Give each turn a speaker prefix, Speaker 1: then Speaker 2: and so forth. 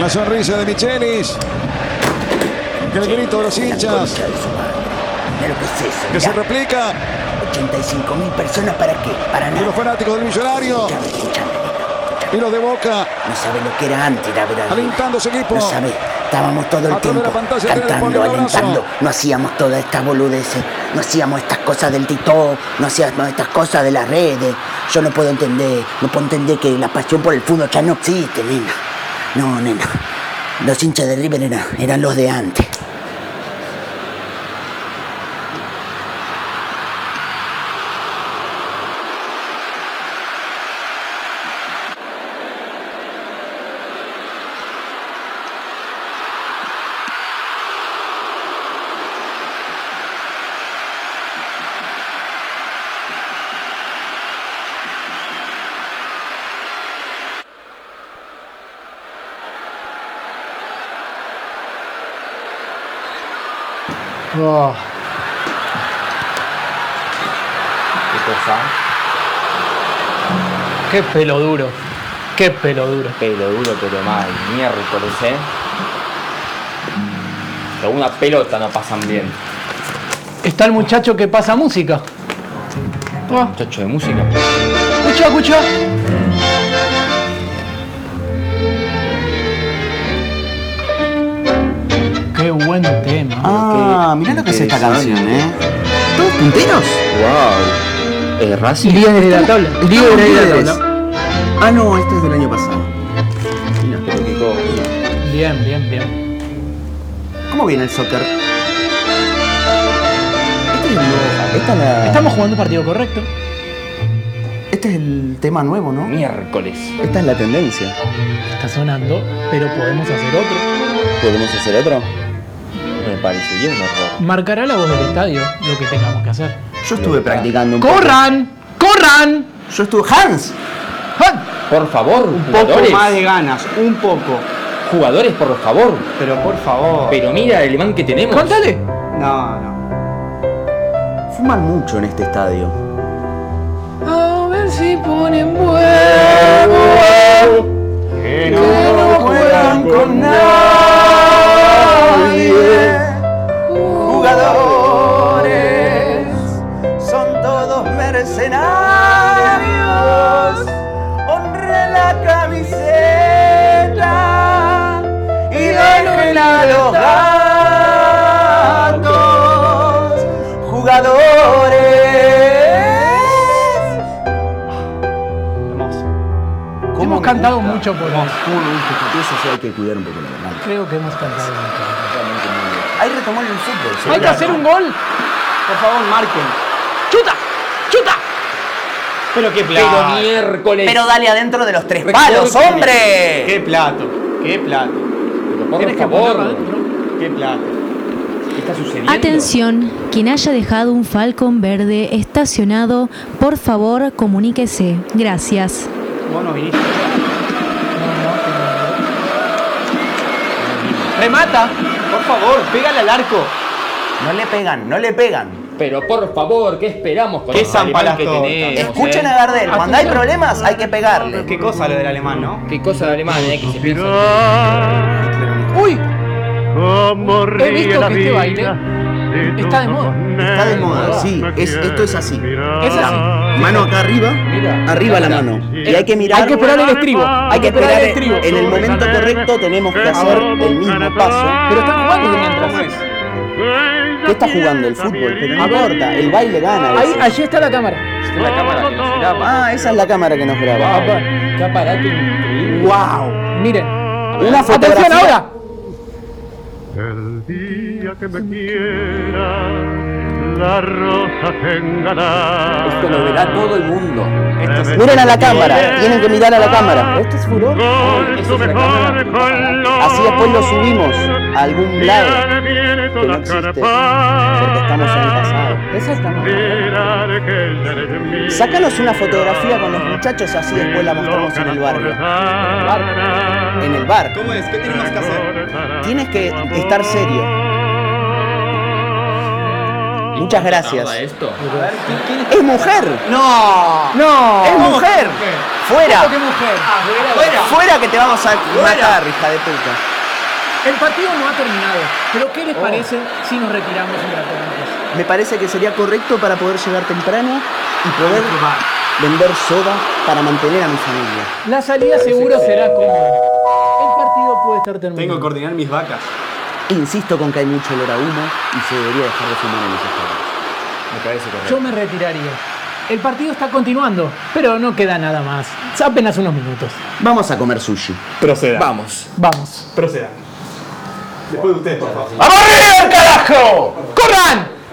Speaker 1: La sonrisa de Michelis. El grito de los hinchas.
Speaker 2: Mira lo que es eso,
Speaker 1: Que se
Speaker 2: mirá.
Speaker 1: replica.
Speaker 2: 85 mil personas para qué? Para
Speaker 1: Y los
Speaker 2: nada.
Speaker 1: fanáticos del millonario.
Speaker 2: Escuchame, escuchame.
Speaker 1: Y los de Boca.
Speaker 2: No sabe lo que era antes, la verdad.
Speaker 1: Alentando su equipo.
Speaker 2: No sabe. Estábamos todo el
Speaker 1: A través de
Speaker 2: tiempo
Speaker 1: la pantalla,
Speaker 2: cantando,
Speaker 1: tele, ponle un abrazo.
Speaker 2: alentando. No hacíamos todas estas boludeces. No hacíamos estas cosas del tito. No hacíamos estas cosas de las redes. Yo no puedo entender. No puedo entender que la pasión por el fútbol ya no existe, nena. No, nena. Los hinchas de River eran, eran los de antes.
Speaker 3: Oh,
Speaker 4: Peter San,
Speaker 3: qué pelo duro. Qué pelo duro.
Speaker 4: pelo duro, pero mal. Miércoles, ¿eh? Con una pelota no pasan bien.
Speaker 3: Está el muchacho que pasa música.
Speaker 2: Oh.
Speaker 3: Ah,
Speaker 4: Muchacho de música.
Speaker 3: escucha, escucha. Qué buen tema.
Speaker 2: Ah, mirá lo que es esta canción, ¿eh? ¿Todos punteros?
Speaker 4: ¡Wow! Eh, Racing.
Speaker 3: Líderes de la tabla.
Speaker 2: Diego
Speaker 3: Líderes de la
Speaker 2: Hernández.
Speaker 3: tabla.
Speaker 2: Ah, no, este es del año pasado. Mirá.
Speaker 3: Bien, bien, bien.
Speaker 2: ¿Cómo viene el soccer? Este es el, nuevo- esta es la-
Speaker 3: Estamos jugando partido correcto.
Speaker 2: este es el tema nuevo, ¿no?
Speaker 4: Miércoles.
Speaker 2: Esta es la tendencia.
Speaker 3: Está sonando, pero podemos hacer otro.
Speaker 4: ¿Podemos hacer otro? Me parecería un error.
Speaker 3: Marcará la voz del estadio lo que tengamos que hacer.
Speaker 2: Yo estuve practicando un poco.
Speaker 3: ¡Corran! ¡Corran!
Speaker 2: Yo estuve. ¡Hans!
Speaker 3: ¡Ah!
Speaker 4: Por favor,
Speaker 5: Un poco
Speaker 4: jugadores.
Speaker 5: más de ganas, un poco.
Speaker 4: Jugadores, por favor.
Speaker 5: Pero por favor.
Speaker 4: Pero mira el man que tenemos.
Speaker 3: ¡Contale!
Speaker 5: No, no.
Speaker 2: Fuman mucho en este estadio.
Speaker 3: A ver si ponen huevo.
Speaker 5: Que
Speaker 3: no juegan con nadie.
Speaker 2: Jugadores son todos mercenarios. Honre la camiseta y den a los gatos. Jugadores.
Speaker 5: Hermoso.
Speaker 3: Hemos cantado mucho por eso.
Speaker 2: Eso sí hay que cuidar un poco la verdad.
Speaker 3: Creo que hemos cantado mucho.
Speaker 2: Hay que retomar el fútbol.
Speaker 3: Hay que hacer un gol.
Speaker 5: Por favor, marquen.
Speaker 3: ¡Chuta! ¡Chuta!
Speaker 5: Pero qué
Speaker 4: Pero
Speaker 5: plato.
Speaker 4: miércoles.
Speaker 2: dale adentro de los tres
Speaker 4: palos, hombre.
Speaker 5: Qué plato. Qué plato.
Speaker 4: Pero por
Speaker 3: Tienes que
Speaker 4: favor.
Speaker 3: apuntar adentro.
Speaker 5: Qué plato.
Speaker 4: ¿Qué está sucediendo?
Speaker 6: Atención, quien haya dejado un Falcon verde estacionado, por favor comuníquese. Gracias.
Speaker 5: Vos no viniste.
Speaker 3: ¡Remata!
Speaker 5: Por favor, pégale al arco.
Speaker 2: No le pegan, no le pegan.
Speaker 4: Pero por favor, ¿qué esperamos con
Speaker 5: Qué
Speaker 4: el alemán
Speaker 5: zampalas
Speaker 4: que
Speaker 5: tortas.
Speaker 4: tenemos?
Speaker 2: Escuchen
Speaker 4: eh?
Speaker 2: a Gardel, cuando hay problemas hay que pegarle.
Speaker 5: Qué cosa lo del alemán, ¿no?
Speaker 4: Qué cosa de alemán, eh, que se piensa.
Speaker 3: ¡Uy! He visto que este baile está de moda.
Speaker 2: Está de moda, sí, es- esto es así.
Speaker 3: Es así.
Speaker 2: Mano acá arriba,
Speaker 4: Mira,
Speaker 2: arriba la
Speaker 4: mira.
Speaker 2: mano. Y hay que mirar.
Speaker 3: Hay que esperar el estribo.
Speaker 2: Hay que esperar en el momento correcto tenemos que hacer el mismo paso.
Speaker 3: Pero están
Speaker 4: Ah,
Speaker 3: jugando de mientras.
Speaker 2: ¿Qué está jugando el fútbol? Pero no importa, el baile gana. a
Speaker 3: Ahí,
Speaker 2: veces.
Speaker 3: allí está la cámara.
Speaker 4: Esta es la cámara que nos graba.
Speaker 2: Ah, esa es la cámara que nos graba.
Speaker 4: Qué aparato increíble.
Speaker 2: Wow.
Speaker 3: Miren.
Speaker 2: Una
Speaker 3: ¡Atención
Speaker 2: fotografía.
Speaker 3: ahora!
Speaker 7: El día que me quiera, la rosa tenga la.
Speaker 4: Esto lo verá todo el mundo.
Speaker 2: Miren a la cámara, tienen que mirar a la cámara. ¿Esto es furor?
Speaker 7: Con su mejor color.
Speaker 2: Así después lo subimos a algún lado.
Speaker 7: Mirar viene
Speaker 2: Que no
Speaker 7: toda
Speaker 2: existe, porque estamos en el pasado.
Speaker 7: carapaz.
Speaker 2: Esa estamos.
Speaker 7: Mirar que ella eres mía.
Speaker 2: Sácanos una fotografía con los muchachos así después la mostramos en el barrio.
Speaker 7: barrio.
Speaker 2: En el bar.
Speaker 5: ¿Cómo es? ¿Qué tenemos que hacer?
Speaker 2: Tienes que estar serio. Muchas gracias.
Speaker 4: Tarda esto?
Speaker 2: ¡Es mujer!
Speaker 5: ¡No!
Speaker 2: ¡No! ¡Es mujer! ¡Fuera!
Speaker 3: ¡Qué mujer!
Speaker 2: ¡Fuera que
Speaker 5: te vamos a
Speaker 7: Fuera.
Speaker 5: matar, hija de puta.
Speaker 3: El partido no ha terminado, pero ¿qué
Speaker 2: Oh.
Speaker 3: les parece si nos retiramos un ratito antes?
Speaker 5: Me parece que sería correcto para poder llegar temprano y poder vender soda para mantener a mi familia.
Speaker 3: La salida seguro será cómoda. El partido puede estar terminado.
Speaker 7: Tengo que coordinar mis vacas.
Speaker 5: Insisto con que hay mucho olor a humo y se debería dejar de fumar en los estados.
Speaker 7: Me parece correcto.
Speaker 3: Yo me retiraría. El partido está continuando, pero no queda nada más. Es apenas unos minutos.
Speaker 5: Vamos a comer sushi.
Speaker 7: Proceda.
Speaker 5: Vamos.
Speaker 3: Vamos.
Speaker 7: Proceda. Después de ustedes, por favor.
Speaker 3: ¡Vamos arriba, carajo! ¡Corran!